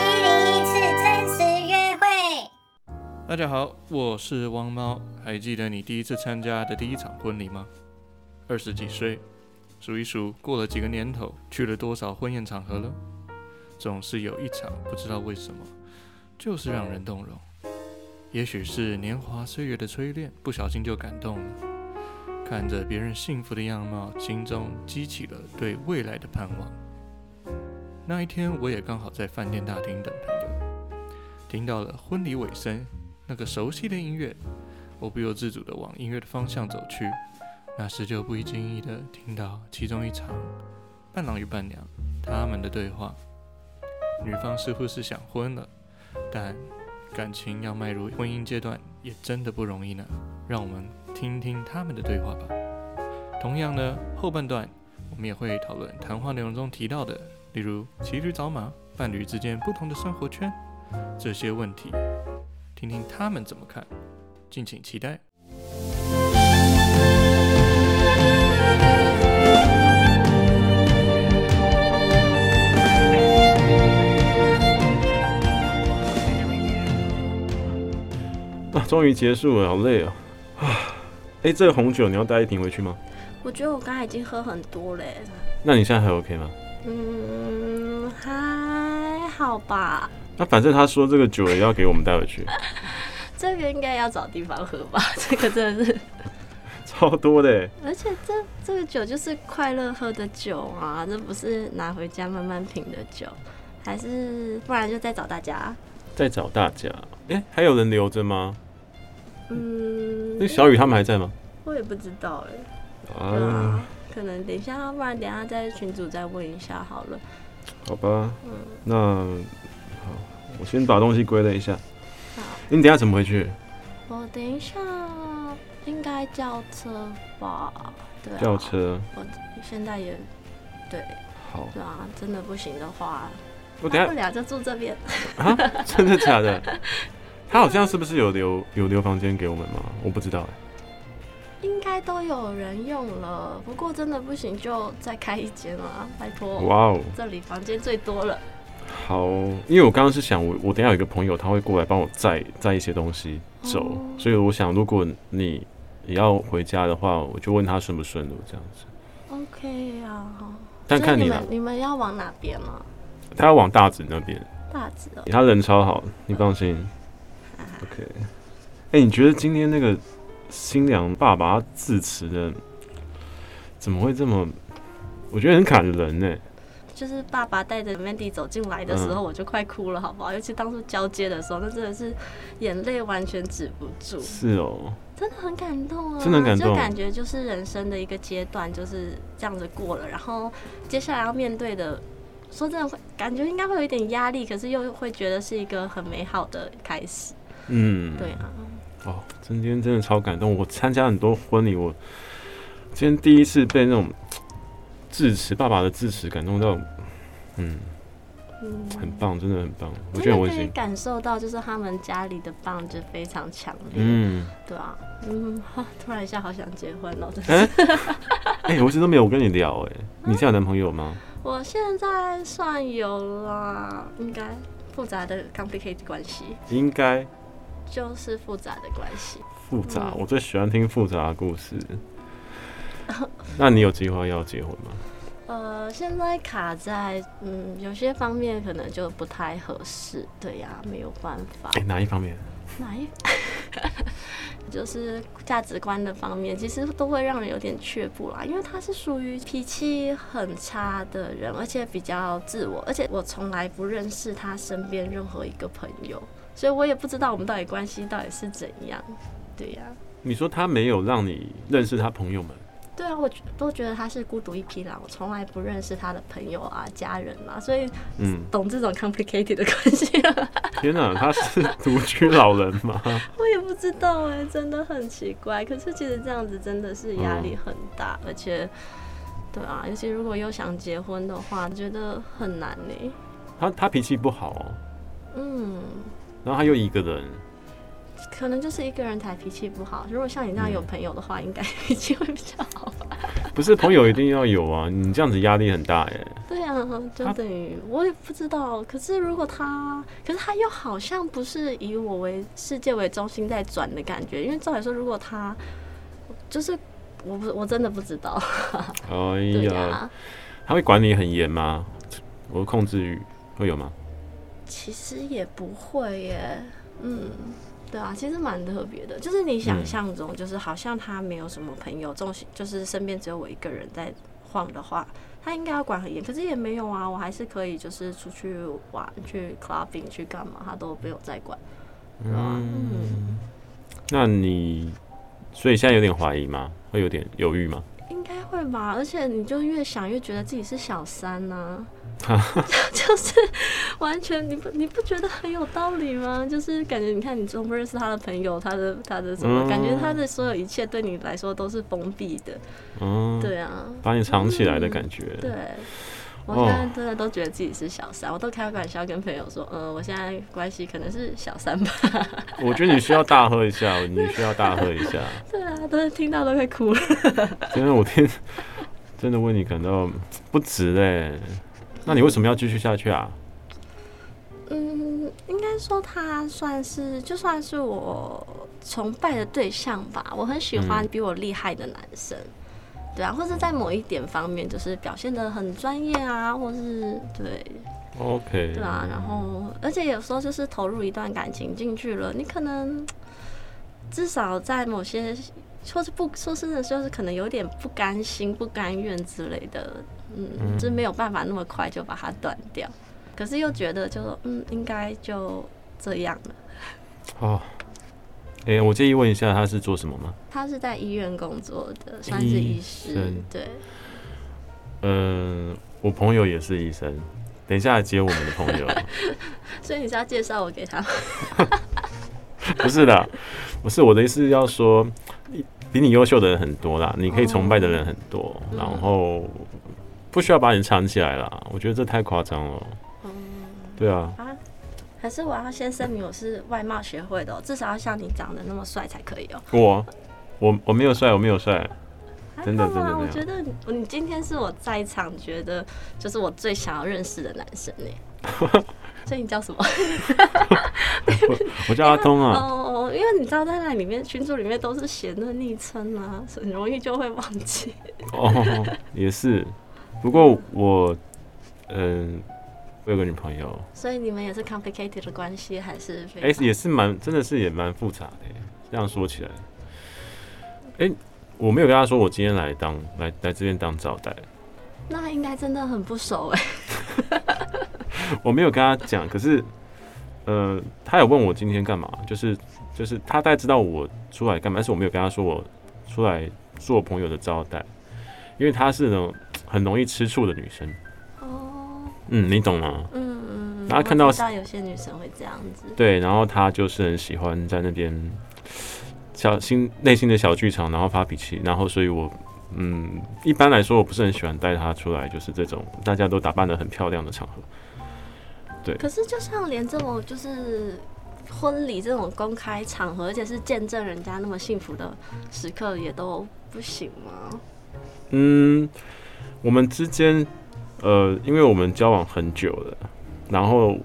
一零一次真实约会。大家好，我是汪猫。还记得你第一次参加的第一场婚礼吗？二十几岁，数一数过了几个年头，去了多少婚宴场合了？总是有一场，不知道为什么，就是让人动容。也许是年华岁月的淬炼，不小心就感动了。看着别人幸福的样貌，心中激起了对未来的盼望。那一天，我也刚好在饭店大厅等朋友，听到了婚礼尾声那个熟悉的音乐，我不由自主地往音乐的方向走去。那时就不经意地听到其中一场伴郎与伴娘他们的对话，女方似乎是想婚了，但感情要迈入婚姻阶段也真的不容易呢。让我们听听他们的对话吧。同样呢，后半段我们也会讨论谈话内容中提到的，例如骑驴找马、伴侣之间不同的生活圈这些问题，听听他们怎么看，敬请期待。 啊，终于结束了，好累哦。啊， 哎，这个红酒你要带一瓶回去吗？我觉得我刚才已经喝很多嘞，那你现在还 OK 吗？嗯，还好吧。那、啊反正他说这个酒也要给我们带回去， 这个应该要找地方喝吧， 这个真的是，超多的耶。而且这这个酒就是快乐喝的酒啊，这不是拿回家慢慢品的酒，还是不然就再找大家。再找大家，哎，还有人留着吗？嗯那个，小雨他们还在吗？我也不知道哎，对啊，啊，可能等一下，不然等一下在群组再问一下好了。好吧，那好，我先把东西归类一下。你等一下怎么回去？我哦等一下应该叫车吧？对、啊，叫。车。我现在也对好，对啊，真的不行的话，我哦等大一不下了就住这边。 啊，真的假的？他好像是不是有留有留房间给我们吗？我不知道哎。应该都有人用了，不过真的不行就再开一间啊，拜托，哇哦，这里房间最多了。好，因为我刚刚是想我我等一下有一个朋友他会过来帮我载载一些东西走，哦所以我想如果你你要回家的话，我就问他顺不顺路这样子。 OK 啊，但看你所以你了们，你们要往哪边呢、他要往大直那边，大致哦，他人超好，你放心。OK，哎、你觉得今天那个新娘爸爸他致辞的怎么会这么？我觉得很感人欸呢、就是爸爸带着 Mandy 走进来的时嗯候，我就快哭了，好不好？尤其当初交接的时候，那真的是眼泪完全止不住，是哦，真的很感动啊！真的很感动就感觉就是人生的一个阶段就是这样子过了，然后接下来要面对的，说真的会，感觉应该会有一点压力，可是又会觉得是一个很美好的开始。嗯，对啊，哦，今天真的超感动。我参加很多婚礼，我今天第一次被那种致辞爸爸的致辞感动到，嗯，嗯，很棒，真的很棒，我觉得很真的温可以馨。感受到，就是他们家里的棒就非常强烈。嗯，对啊，嗯， 哈突然一下好想结婚了，真哎是。哎、我一直都没有跟你聊哎、你现在有男朋友吗？我现在算有啦，应该复杂的 complicated 关系应该就是复杂的关系。复杂，嗯我最喜欢听复杂的故事。那你有计划要结婚吗？呃，现在卡在嗯，有些方面可能就不太合适，对呀、没有办法哎、。哪一方面？哪一 就是价值观的方面，其实都会让人有点却步啦，因为他是属于脾气很差的人，而且比较自我，而且我从来不认识他身边任何一个朋友，所以我也不知道我们到底关系到底是怎样。对呀、你说他没有让你认识他朋友们，对啊，我觉都觉得他是孤独一匹狼，我从来不认识他的朋友啊、家人啊，所以嗯，懂这种 complicated 的关系了，天哪，他是独居老人吗？我也不知道哎、真的很奇怪。可是其实这样子真的是压力很大，而且，对啊，尤其如果又想结婚的话，觉得很难呢、他他脾气不好、哦，嗯，然后他又一个人，可能就是一个人才脾气不好。如果像你那样有朋友的话，应该脾气会比较好吧。不是朋友一定要有啊，你这样子压力很大哎。对啊，就他等于我也不知道。可是如果他，可是他又好像不是以我为世界为中心在转的感觉，因为照理说，如果他就是我不我真的不知道，哎对啊呀、呀，他会管你很严吗？我控制欲会有吗？其实也不会耶，嗯，对啊，其实蛮特别的，就是你想象中，就是好像他没有什么朋友，重心就是身边只有我一个人在晃的话，他应该要管很严，可是也没有啊，我还是可以就是出去玩、去 clubbing、去干嘛，他都没有在管，对啊，嗯，那你所以现在有点怀疑吗？会有点犹豫吗？应该会吧，而且你就越想越觉得自己是小三呐、 就是完全你不你不觉得很有道理吗？就是感觉你看你认不认识他的朋友，他的他的什么，嗯感觉他的所有一切对你来说都是封闭的。嗯，对啊，把你藏起来的感觉。对。我哦现在真的都觉得自己是小三，我都开玩笑跟朋友说，嗯、我现在关系可能是小三吧。 我觉得你需要大喝一下，你需要大喝一下。对啊，都是听到都快哭了。真的，我天， 真的为你感到不值嘞。那你为什么要继续下去啊？嗯，应该说他算是，就算是我崇拜的对象吧。我很喜欢嗯比我厉害的男生，对啊，或者在某一点方面就是表现的很专业啊，或是对 OK，对啊。然后，而且有时候就是投入一段感情进去了，你可能至少在某些说是不说真的，就是可能有点不甘心、不甘愿之类的，嗯，嗯就是没有办法那么快就把它断掉。可是又觉得就嗯，应该就这样了。哦，哎、我建议问一下，他是做什么吗？他是在医院工作的，算是医师，生对，嗯、我朋友也是医生，等一下来接我们的朋友。 所以你是要介绍我给他吗？不是的，不是我的意思是要说，比你优秀的人很多啦，你可以崇拜的人很多，嗯然后不需要把你藏起来啦。我觉得这太夸张了。对啊，啊，还是我要先声明我是外貌协会的哦、至少要像你长得那么帅才可以哦、我我我没有帅，我没有帅，真的还好真的啊，我没有觉得你你今天是我在场觉得就是我最想要认识的男生 呢、所以你叫什么？我叫阿通啊。哦，因为你知道在那里面群组里面都是写那昵称啊，很容易就会忘记。哦，也是，不过我嗯、我有个女朋友， 所以你们也是 complicated 的关系，还是非哎、常也是蛮，真的是也蛮复杂的耶。这样说起来，哎、我没有跟他说我今天来当来来这边当招待，那应该真的很不熟哎、我没有跟他讲，可是，呃，他有问我今天干嘛，就是就是他大概知道我出来干嘛，但是我没有跟他说我出来做朋友的招待，因为她是那种很容易吃醋的女生，哦，嗯，你懂吗？嗯嗯。然后我看到知道有些女生会这样子，对，然后她就是很喜欢在那边小心内心的小剧场，然后发脾气，然后所以我。嗯，一般来说我不是很喜欢带她出来，就是这种大家都打扮得很漂亮的场合。可是就像连这种就是婚礼这种公开场合，而且是见证人家那么幸福的时刻，也都不行吗？嗯，我们之间，呃，因为我们交往很久了，然后，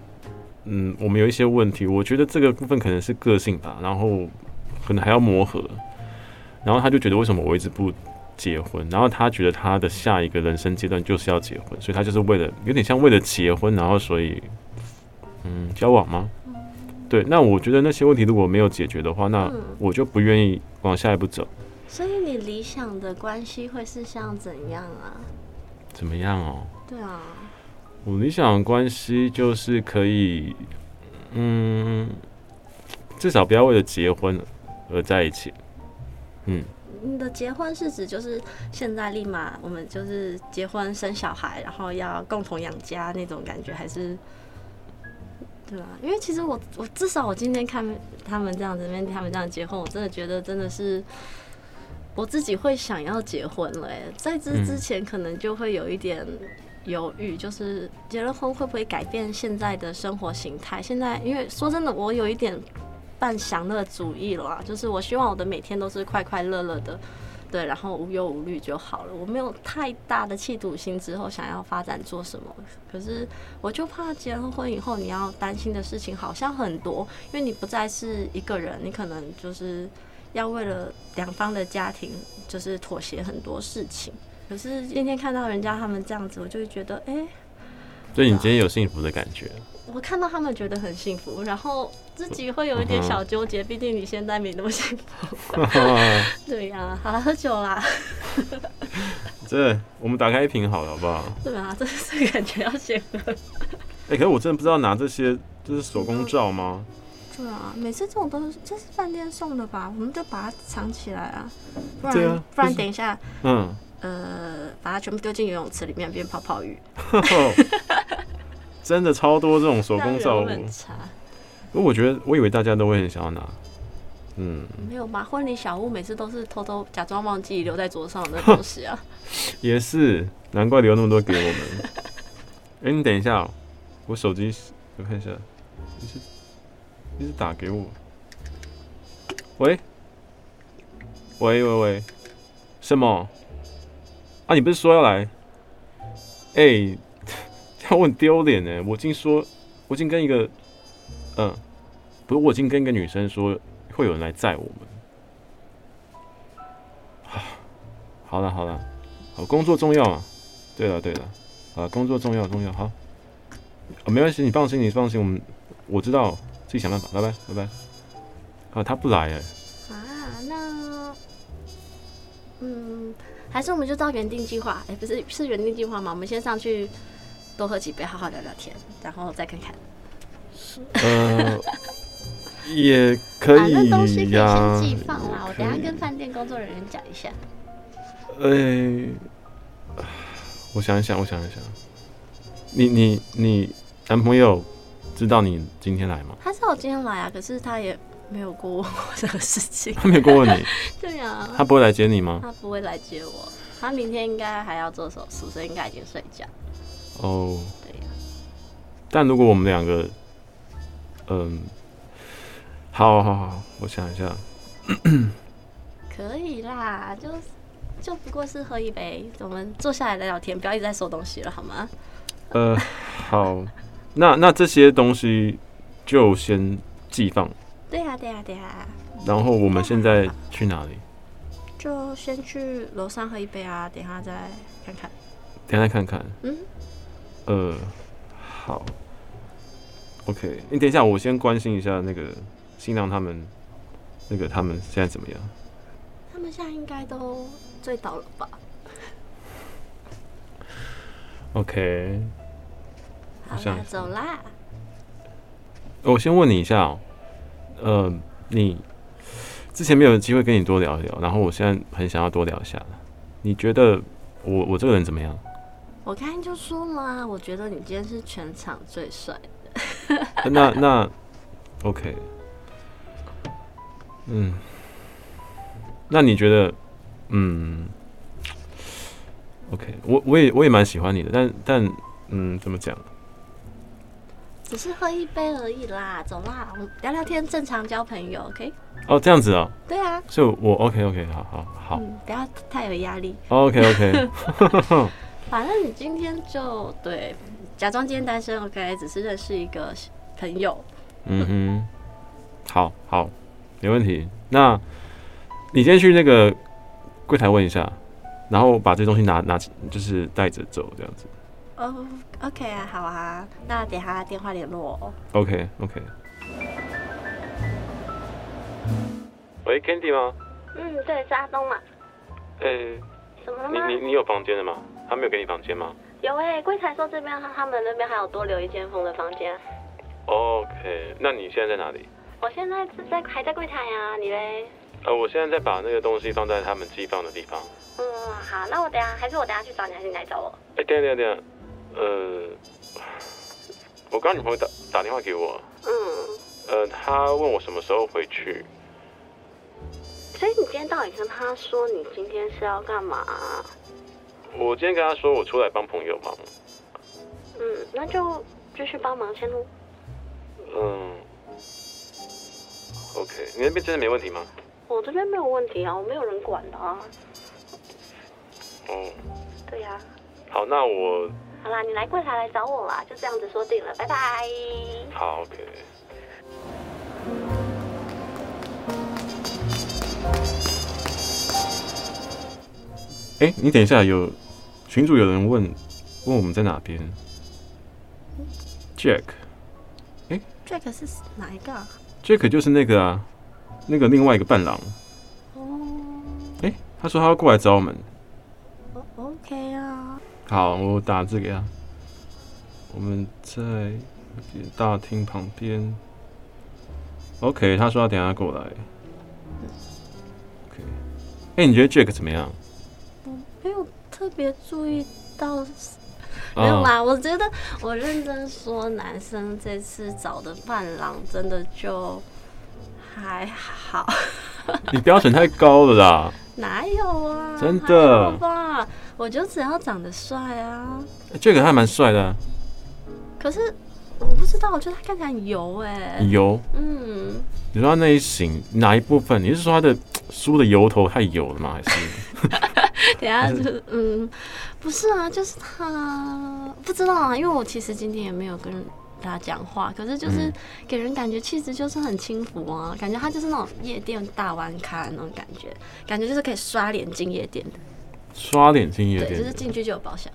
嗯，我们有一些问题，我觉得这个部分可能是个性吧，然后可能还要磨合，然后他就觉得为什么我一直不结婚，然后他觉得他的下一个人生阶段就是要结婚，所以他就是为了有点像为了结婚，然后所以，嗯，交往吗？对，那我觉得那些问题如果没有解决的话，那嗯我就不愿意往下一步走。所以你理想的关系会是像怎样啊？怎么样哦？对啊，我理想的关系就是可以，嗯，至少不要为了结婚而在一起。你的结婚是指就是现在立马我们就是结婚生小孩，然后要共同养家那种感觉，还是？对啊，因为其实我我至少我今天看他们这样子，面他们这样结婚，我真的觉得真的是我自己会想要结婚了、欸。在这嗯之前可能就会有一点犹豫，就是结了婚会不会改变现在的生活形态？现在因为说真的，我有一点半享乐主义了啊，就是我希望我的每天都是快快乐乐的。对，然后无忧无虑就好了。我没有太大的企图心，之后想要发展做什么，可是我就怕结了婚以后你要担心的事情好像很多，因为你不再是一个人，你可能就是要为了两方的家庭就是妥协很多事情。可是今天看到人家他们这样子，我就会觉得，哎、所以你今天有幸福的感觉， 我看到他们觉得很幸福，然后自己会有一点小纠结，毕竟你现在没那么幸福。 对呀、好了，喝酒啦。 这我们打开一瓶好了，好不好？对啊，这这感觉要先喝。哎、可是我真的不知道拿这些，这是手工皂吗？对啊，每次这种东西，这是饭店送的吧？我们就把它藏起来啊，不然、对啊不然就是等一下，嗯，呃，把它全部丢进游泳池里面变泡泡浴， 真的超多这种手让工人皂物。很差。不过我觉得，我以为大家都会很想要拿，嗯，没有吧？婚礼小物每次都是偷偷假装忘记留在桌上的东西啊。 也是，难怪留那么多给我们。 哎、你等一下哦、我手机我看一下，一直一直打给我。喂，喂喂喂，什么？啊，你不是说要来？哎、 这样我很丢脸哎！我已经说，我已经跟一个，嗯，不是，我已经跟一个女生说会有人来载我们。啊好了好了。好，工作重要啊。对了对了，啊，工作重要重要。好，啊，没关系，你放心，你放心，我们我知道，自己想办法。拜拜拜拜。啊，他不来哎、 啊，那，嗯，还是我们就照原定计划，哎、不是是原定计划吗？我们先上去多喝几杯，好好聊聊天，然后再看看。呃， 也可啊，那东西以可以呀、先寄放啦，我可等一下以跟饭店工作人员讲一下。呃、哎我想一想，我想一想，你你你男朋友知道你今天来吗？他知道我今天来啊，可是他也没有过问我这个事情。他没有过问你，对啊，他不会来接你吗？他不会来接我，他明天应该还要做手术，所以应该已经睡觉。哦、对呀、但如果我们两个，嗯，好好好，我想一下，可以啦，就就不过是喝一杯，我们坐下来聊聊天，不要一直在收东西了好吗？呃，好，那那这些东西就先寄放，对啊呀、对呀、对呀、然后我们现在去哪里？就先去楼上喝一杯啊，等一下再看看。等一下再看看。嗯，呃，好，OK，你等一下，我先关心一下那个新郎他们，那个他们现在怎么样？他们现在应该都醉倒了吧？ OK，好想啦，走啦。我先问你一下、哦，呃，你之前没有机会跟你多聊一聊，然后我现在很想要多聊一下，你觉得我我这个人怎么样？我刚才就说啦，我觉得你今天是全场最帅。那那 OK，嗯，那你觉得，嗯，OK，我我也我也蛮喜欢你的，但但嗯，怎么讲？只是喝一杯而已啦，走啦，我们聊聊天，正常交朋友，OK？哦，这样子哦，对啊，所以我 OK OK，好好好、哦嗯，不要太有压力。 o k OK，反正你今天就对，假装今天单身，OK？只是认识一个朋友，嗯哼，好好，没问题。那你先去那个柜台问一下，然后把这东西拿拿起，就是带着走这样子。哦、o k 啊，好啊，那等一下电话联络、哦。 OK OK。喂，Candy 吗？嗯，对，是阿东嘛？呃、怎么了你你你有房间了吗？他没有给你房间吗有哎、柜台说这边他他们那边还有多留一间空的房间。啊？OK，那你现在在哪里？我现在是在还在柜台啊，你嘞？呃，我现在在把那个东西放在他们寄放的地方。嗯，好，那我等一下还是我等一下去找你，还是你来找我？哎、等一下等一下，呃，我刚刚女朋友打打电话给我，啊嗯，呃，她问我什么时候回去。所以你今天到底跟他说你今天是要干嘛？我今天跟她说我出来帮朋友忙，嗯，那就继续帮忙先喽。嗯，OK，你那边真的没问题吗？我这边没有问题啊，我没有人管的啊。哦，对呀、好，那我好啦，你来柜台来找我啦，就这样子说定了，拜拜。好 OK。哎、你等一下，有群主有人问问我们在哪边？Jack Jack 是哪一个、啊？ Jack 就是那个啊，那个另外一个伴郎。哦、哎、他说他要过来找我们。 o o k 啊，好，我打字给他。我们在大厅旁边。OK，他说他等一下过来。OK，哎、你觉得 Jack 怎么样？没有特别注意到没有啊，啦，我觉得我认真说，男生这次找的伴郎真的就还好，你标准太高了啦。哪有啊？真的还好吧？我就只要长得帅啊。哎 Jack 还蛮帅的啊、可是我不知道，我觉得他看起来很油哎、油。嗯，你说他那一型哪一部分？你是说他的梳的油头太油了吗？还是？等一下就嗯，不是啊，就是他不知道啊，因为我其实今天也没有跟。他讲话，可是就是嗯给人感觉气质就是很轻浮啊，感觉他就是那种夜店大玩咖那种感觉，感觉就是可以刷脸进夜店的，刷脸进夜对，就是店进去就有包厢，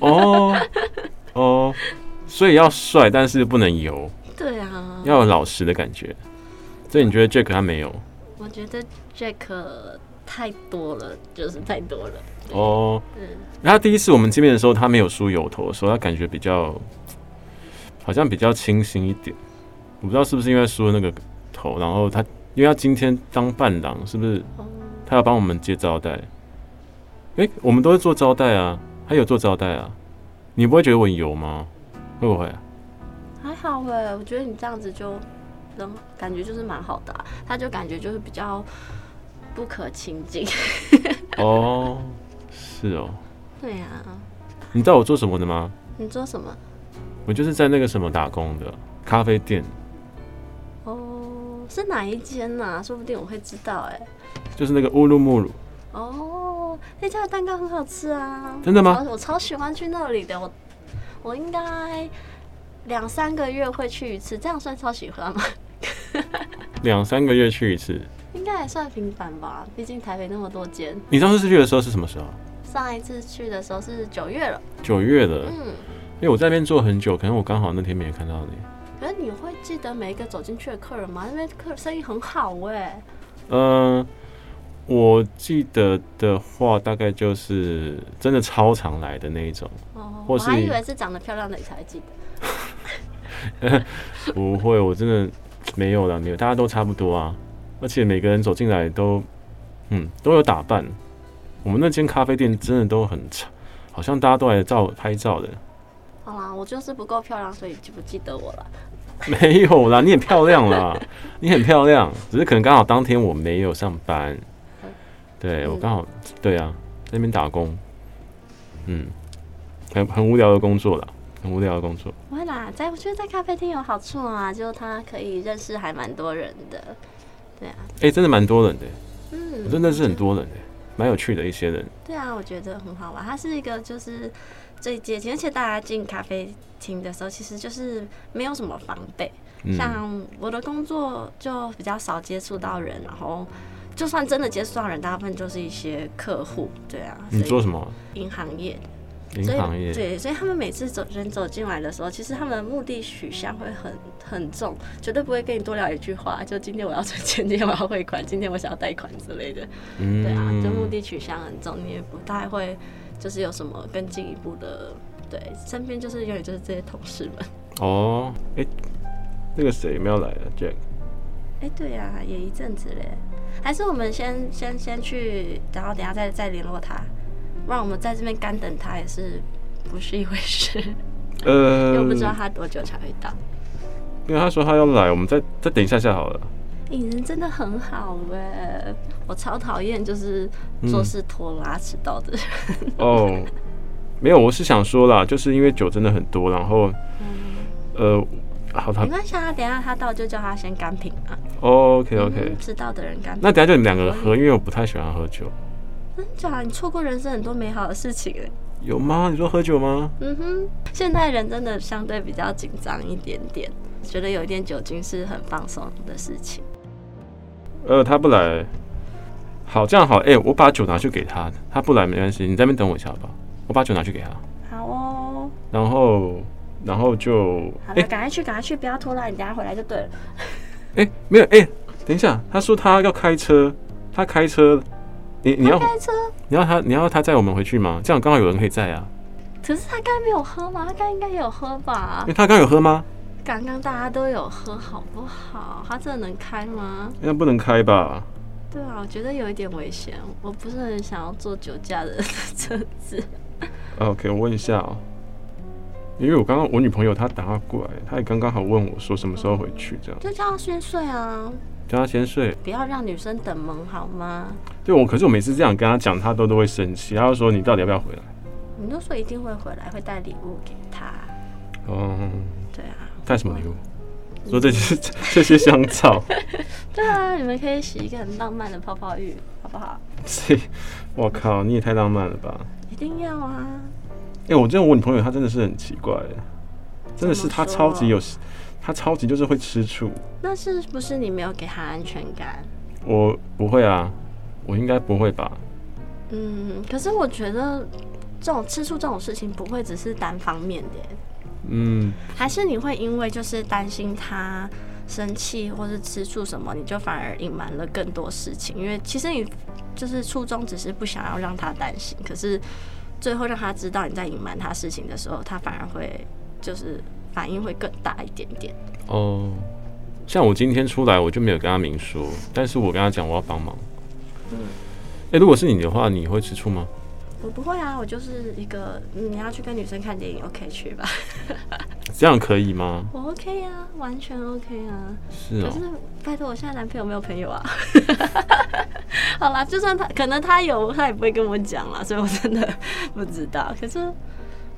哦哦，所以要帅，但是不能油。对啊，要有老实的感觉。所以你觉得 Jack 他没有我觉得 Jack 太多了，就是太多了，哦？嗯，他第一次我们见面的时候，他没有梳油头的时候，他感觉比较好像比较清新一点。我不知道是不是因为梳那个头，然后他因为他今天当伴郎，是不是哦，他要帮我们接招待？诶、我们都是做招待啊，他有做招待啊。你不会觉得我很油吗？会不会？还好哎，我觉得你这样子就，能感觉就是蛮好的啊、他就感觉就是比较不可亲近， 哦，是哦。对啊，你知道我做什么的吗？你做什么？我就是在那个什么打工的咖啡店。哦，是哪一间呐、说不定我会知道哎、就是那个乌鲁木鲁，哦，那家的蛋糕很好吃啊！真的吗我超我超喜欢去那里的，我我应该两三个月会去一次，这样算超喜欢吗？ 两三个月去一次。应该也算频繁吧，毕竟台北那么多间。你上次去的时候是什么时候？上一次去的时候是九月了，九月了，嗯，因为我在那边坐很久，可能我刚好那天没看到你。可是你会记得每一个走进去的客人吗？那边客生意很好哎、嗯、我记得的话，大概就是真的超常来的那一种。哦，或我是还以为是长得漂亮的你才会记得。不会，我真的没有啦，没有，大家都差不多啊。而且每个人走进来都，嗯，都有打扮。我们那间咖啡店真的都很差，好像大家都来照拍照的。好啦，我就是不够漂亮，所以记不记得我了？ 没有啦，你很漂亮啦，你很漂亮，只是可能刚好当天我没有上班，嗯对我刚好对啊，在那边打工，嗯，很很无聊的工作啦，很无聊的工作，不会啦，在我觉得在咖啡厅有好处啊，就他可以认识还蛮多人的。哎、真的蛮多人的，嗯我真的是很多人的，蛮有趣的一些人，对啊，我觉得很好玩。它是一个就是最接近，而且大家进咖啡厅的时候，其实就是没有什么防备。嗯，像我的工作就比较少接触到人，然后就算真的接触到人，大部分就是一些客户。对啊，你所做以什么？银行业，银所以行业，对，所以他们每次走人走进来的时候，其实他们的目的取向会很很重，绝对不会跟你多聊一句话。就今天我要存钱，今天我要汇款，今天我想要贷款之类 的。嗯对啊，就目的取向很重，你也不太会就是有什么更进一步的。对，身边就是永远就是这些同事们。哦，哎、那个谁有没有来了？Jack，哎、对呀、啊，也一阵子嘞。还是我们先先先去，然后等一下再再联络他，不然我们在这边干等他也是不是一回事，呃，哎又不知道他多久才会到。因为他说他要来，我们再再等一下下好了。欸你人真的很好哎、我超讨厌就是做事拖拉迟到的人。哦，没有，我是想说啦，就是因为酒真的很多，然后，嗯呃，好，他哦没关系啊，等一下他到就叫他先干品啊。 ，OK OK，嗯迟到的人干品。那等下就你们两个喝，因为我不太喜欢喝酒。真假？你错过人生很多美好的事情哎、有吗？你说喝酒吗？嗯哼，现代人真的相对比较紧张一点点，觉得有一点酒精是很放松的事情。呃，他不来。好，这样好，哎、我把酒拿去给他，他不来没关系，你在那边等我一下吧，我把酒拿去给他，好哦，然后，然后就，好哎了，赶快去，赶快去，不要拖拉，你等下回来就对了。哎、没有，哎、等一下，他说他要开车，他开车，你你要开车，你要他你要他载我们回去吗？这样刚好有人可以载啊，可是他刚才没有喝吗？他刚才应该有喝吧因为？他刚刚有喝吗？刚刚大家都有喝，好不好？他真的能开吗？应该不能开吧？对啊，我觉得有一点危险，我不是很想要坐酒驾的车子。啊 OK，我问一下哦，因为我刚刚我女朋友她打过来，她也刚刚好问我说什么时候回去，这样就叫他先睡啊，叫她先睡。不要让女生等萌好吗？对我，可是我每次这样跟她讲，她都都会生气，她就说你到底要不要回来？你就说一定会回来，会带礼物给他。哦，对啊，带什么礼物？说这些 这些香皂，对啊，你们可以洗一个很浪漫的泡泡浴，好不好？ 这我靠，你也太浪漫了吧！一定要啊！哎、我真的我女朋友她真的是很奇怪，欸真的是怎么她说啊超级有，她超级就是会吃醋。那是不是你没有给他安全感？我不会啊，我应该不会吧？嗯，可是我觉得这种吃醋这种事情不会只是单方面的耶，嗯，还是你会因为就是担心他生气或是吃醋什么，你就反而隐瞒了更多事情。因为其实你就是初衷只是不想要让他担心，可是最后让他知道你在隐瞒他事情的时候，他反而会就是反应会更大一点点。哦，像我今天出来，我就没有跟她明说，但是我跟她讲我要帮忙。嗯哎、如果是你的话，你会吃醋吗？我不会啊，我就是一个、嗯你要去跟女生看电影，OK 去吧， 这样可以吗？我 OK 啊，完全 OK 啊。是哦可，是拜托，我现在男朋友没有朋友啊。 好啦，就算他可能他有，他也不会跟我讲啦，所以我真的不知道。可是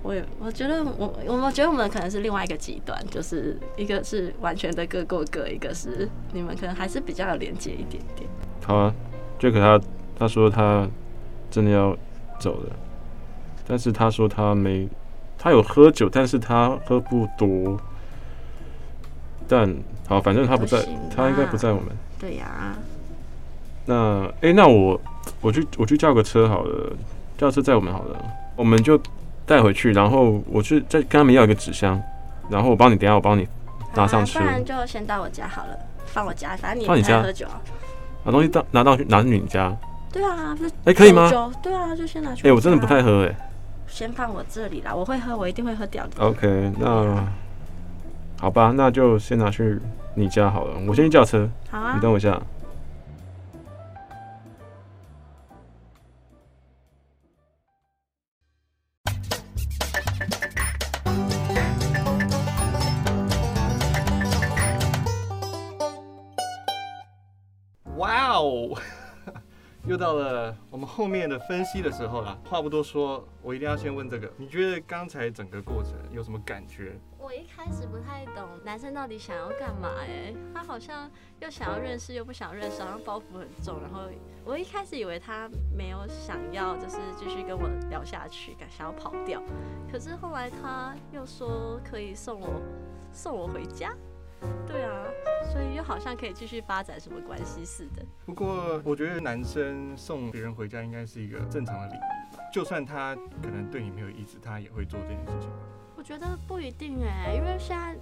我也我觉得我我们觉得我们可能是另外一个极端，就是一个是完全的各过各，一个是你们可能还是比较有连接一点点。好啊，就可她她说她真的要走了，但是她说她没，她有喝酒，但是她喝不多。但好，反正她不在不行啊，她应该不在我们。对呀、那诶，那我我去我去叫个车好了，叫车载我们好了，我们就带回去，然后我去再跟他们要一个纸箱，然后我帮你，等一下我帮你拿上车，不然就先到我家好了，放我家，反正你放也你不家太喝酒啊。把东西到拿到去拿去你家。对啊，就哎可以吗酒对啊，就先拿去。啊诶，我真的不太喝诶。先放我这里啦，我会喝，我一定会喝掉的。 OK，那好吧，那就先拿去你家好了，我先去叫车，好啊你，等我一下。哇哦！ 又到了我们后面的分析的时候了。话不多说，我一定要先问这个：你觉得刚才整个过程有什么感觉？我一开始不太懂男生到底想要干嘛哎、他好像又想要认识又不想认识，好像包袱很重。然后我一开始以为他没有想要就是继续跟我聊下去，感想要跑掉。可是后来他又说可以送我送我回家，对啊，所以又好像可以继续发展什么关系似的。不过我觉得男生送别人回家应该是一个正常的礼仪吧，就算他可能对你没有意思，他也会做这件事情吧。我觉得不一定哎、因为现在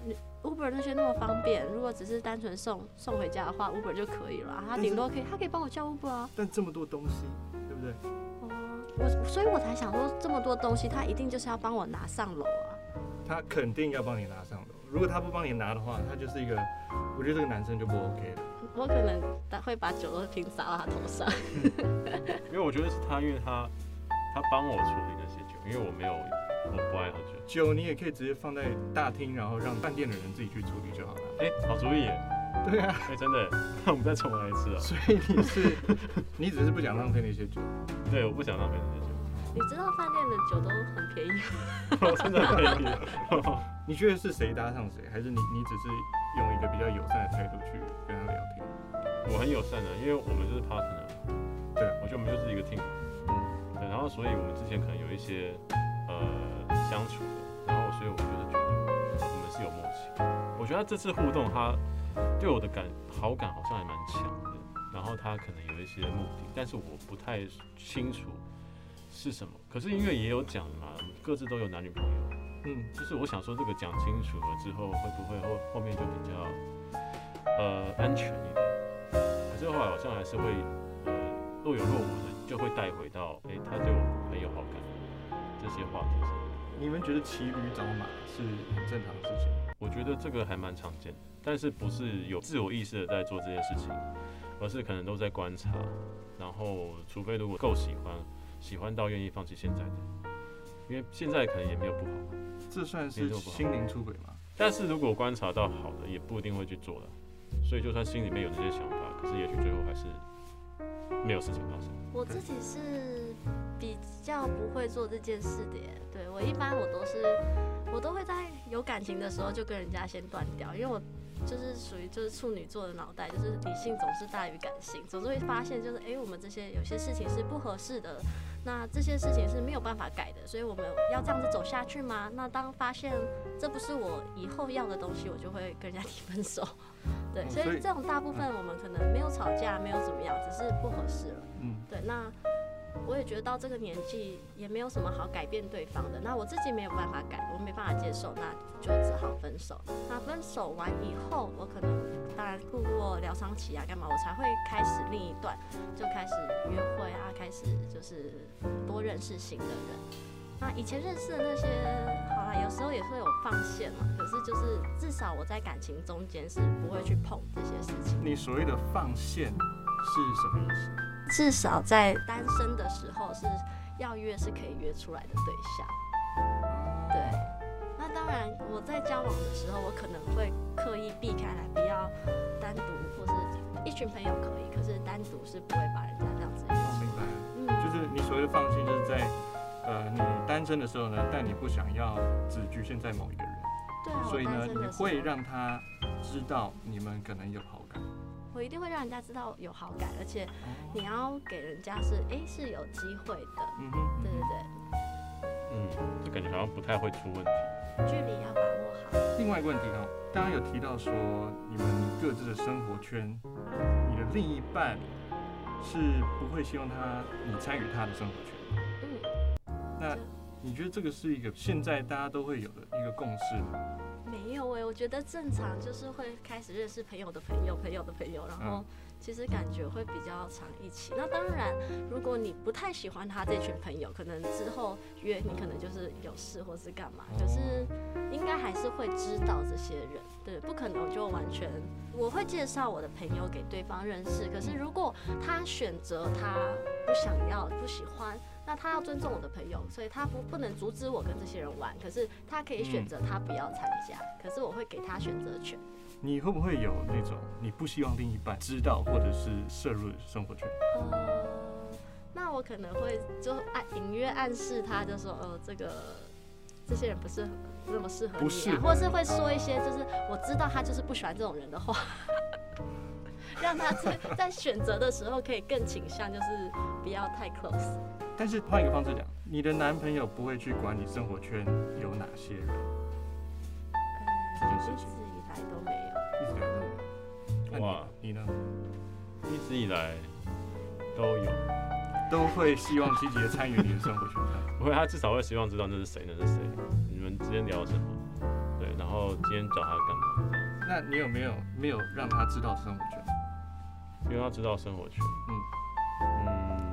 Uber 那些那么方便，如果只是单纯送送回家的话，Uber 就可以了啊。但他是顶多可以，他可以帮我叫 Uber 啊。但这么多东西，对不对？哦，我所以我才想说，这么多东西，他一定就是要帮我拿上楼啊。他肯定要帮你拿上楼。如果他不帮你拿的话，他就是一个，我觉得这个男生就不 OK 了。我可能会把酒都瓶洒到他头上。因为我觉得是他，因为他他帮我处理那些酒，因为我没有我不爱喝酒。酒你也可以直接放在大厅，然后让饭店的人自己去处理就好了。哎、好主意耶！对啊，哎、真的耶， 那我们再重来一次啊！所以你是你只是不想浪费那些酒。对，我不想浪费这些酒。你知道饭店的酒都很便宜吗， 真的可以。 你觉得是谁搭上谁，还是你你只是用一个比较友善的态度去跟他聊天？我很友善的，因为我们就是 partner，对，我觉得我们就是一个 team。嗯，然后所以我们之前可能有一些呃相处的，然后所以我就是觉得我们是有默契的。我觉得他这次互动，他对我的感好感好像还蛮强的，然后他可能有一些目的，但是我不太清楚是什么。可是因为也有讲嘛，我们各自都有男女朋友，嗯，就是我想说，这个讲清楚了之后，会不会后后面就比较呃安全一点？可是后来好像还是会呃若有若无的，就会带回到诶，他对我很有好感这些话题上。你们觉得骑驴找马是很正常的事情？我觉得这个还蛮常见的，但是不是有自我意识的在做这件事情，而是可能都在观察，然后除非如果够喜欢，喜欢到愿意放弃现在的，因为现在可能也没有不好。这算是心灵出轨吗？但是如果观察到好的，也不一定会去做的。所以就算心里面有这些想法，可是也许最后还是没有事情发生。我自己是比较不会做这件事的耶，对我一般我都是我都会在有感情的时候就跟人家先断掉，因为我就是属于就是处女座的脑袋，就是理性总是大于感性，总是会发现就是诶，我们这些有些事情是不合适的，那这些事情是没有办法改的，所以我们要这样子走下去吗？那当发现这不是我以后要的东西，我就会跟人家提 分手。对，哦所所以以这种大部分我们可能没有吵架，没有怎么样，只是不合适了。嗯，对，那我也觉得到这个年纪也没有什么好改变对方的。那我自己没有办法改，我没办法接受，那就只好分手。那分手完以后，我可能当然度过疗伤期啊，干嘛，我才会开始另一段，就开始约会啊，开始就是多认识新的人。那以前认识的那些，好啦，有时候也会有放线嘛，可是就是至少我在感情中间是不会去碰这些事情。你所谓的放线是什么意思？至少在单身的时候是要约是可以约出来的对象。对，那当然我在交往的时候，我可能会刻意避开来，不要单独或是一群朋友可以，可是单独是不会把人家这样子约我出哦明白来。了。嗯，就是你所谓的放心，就是在呃你单身的时候呢，但你不想要只局限在某一个人，对啊，所我以单呢，你身的时候会让他知道你们可能有好感。哦我一定会让人家知道有好感，而且你要给人家是哎、是有机会的。嗯哼，对对对，嗯，就感觉好像不太会出问题。距离要把握好。另外一个问题呢，刚刚有提到说你们各自的生活圈，你的另一半是不会希望他你参与他的生活圈。嗯，那你觉得这个是一个现在大家都会有的一个共识吗？没有哎、我觉得正常就是会开始认识朋友的朋友、朋友的朋友，然后嗯其实感觉会比较常一起。那当然，如果你不太喜欢他这群朋友，可能之后约你可能就是有事或是干嘛，可是应该还是会知道这些人，对，不可能就完全。我会介绍我的朋友给对方认识，可是如果他选择他不想要、不喜欢。那他要尊重我的朋友，所以他不不能阻止我跟这些人玩，可是他可以选嗯择他不要参加，可是我会给他选择权。你会不会有那种你不希望另一半知道或者是摄入的生活圈？呃，那我可能会就暗隐约暗示他，就说呃这个这些人不是很那么适合不你适啊，合或是会说一些就是我知道他就是不喜欢这种人的话， 让他在在选择的时候可以更倾向就是不要太 close。但是换一个方式讲，你的男朋友不会去管你生活圈有哪些人，呃，嗯一直以来都没有。一直聊这个。那你哇你呢？一直以来都有，都会希望积极的参与你的生活圈。 不会，他至少会希望知道那是谁，那是谁，你们之间聊什么，对，然后今天找他干嘛这样子，那你有没有没有让他知道生活圈？因为他知道生活圈。嗯嗯，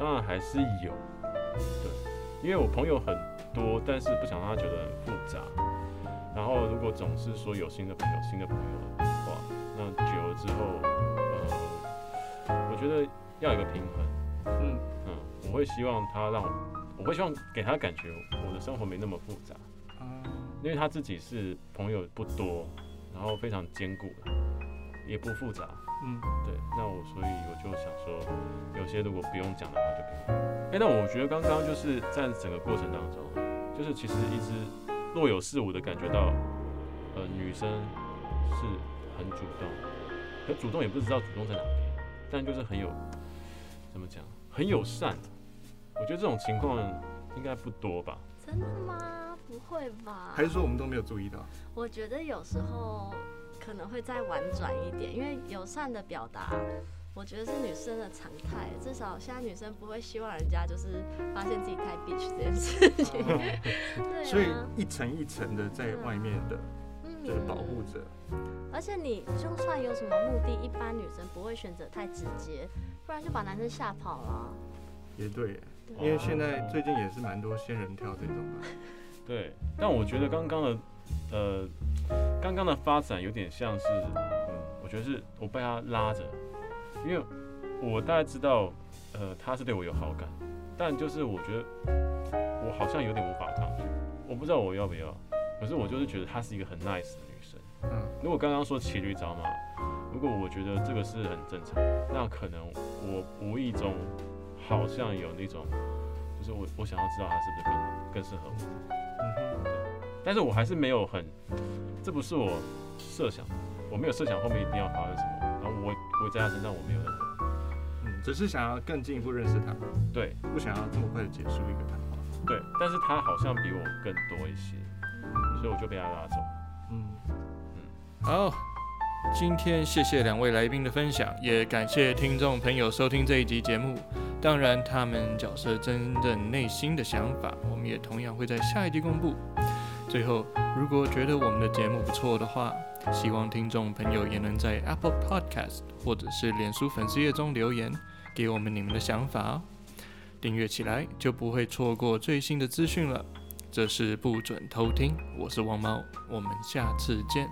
当然还是有，对，因为我朋友很多，但是不想让他觉得很复杂。然后如果总是说有新的朋友、新的朋友的话，那久了之后，呃，我觉得要有一个平衡。嗯，嗯，我会希望他让我，我会希望给他感觉我的生活没那么复杂，啊、因为他自己是朋友不多，然后非常坚固的，也不复杂。嗯，对，那我所以我就想说，有些如果不用讲的话就不用。哎、那我觉得刚刚就是在整个过程当中，就是其实一直若有似无的感觉到，呃，女生是很主动，可主动也不知道主动在哪边，但就是很有怎么讲，很友善。我我觉得这种情况应该不多吧。真的吗？不会吧？还是说我们都没有注意到？我觉得有时候可能会再婉转一点，因为友善的表达，我觉得是女生的常态。至少现在女生不会希望人家就是发现自己太 bitch 这件事情。 对啊，所以一层一层的在外面的，嗯就是保护着。而且你就算有什么目的，一般女生不会选择太直接，不然就把男生吓跑了。啊也对耶，对因为现在嗯最近也是蛮多仙人跳这种的。对，但我觉得刚刚的，呃，刚刚的发展有点像是，嗯，我觉得是我被他拉着，因为我大概知道，呃，他是对我有好感，但就是我觉得我好像有点无法抗拒，我不知道我要不要，可是我就是觉得她是一个很 nice 的女生。嗯，如果刚刚说骑驴找马，如果我觉得这个是很正常，那可能我无意中好像有那种，就是我我想要知道他是不是更好更适合我。嗯哼但是我还是没有很，这不是我设想的，我没有设想后面一定要发生什么，然后我我在他身上我没有任何嗯，只是想要更进一步认识他，对不想要这么快的结束一个谈话。对，但是他好像比我更多一些，所以我就被他拉走。嗯，好，今天谢谢两位来宾的分享，也感谢听众朋友收听这一集节目。当然，他们角色真正内心的想法，我们也同样会在下一集公布。最后，如果觉得我们的节目不错的话，希望听众朋友也能在 Apple Podcast 或者是脸书粉丝页中留言，给我们你们的想法哦。订阅起来就不会错过最新的资讯了。这是不准偷听，我是王猫，我们下次见。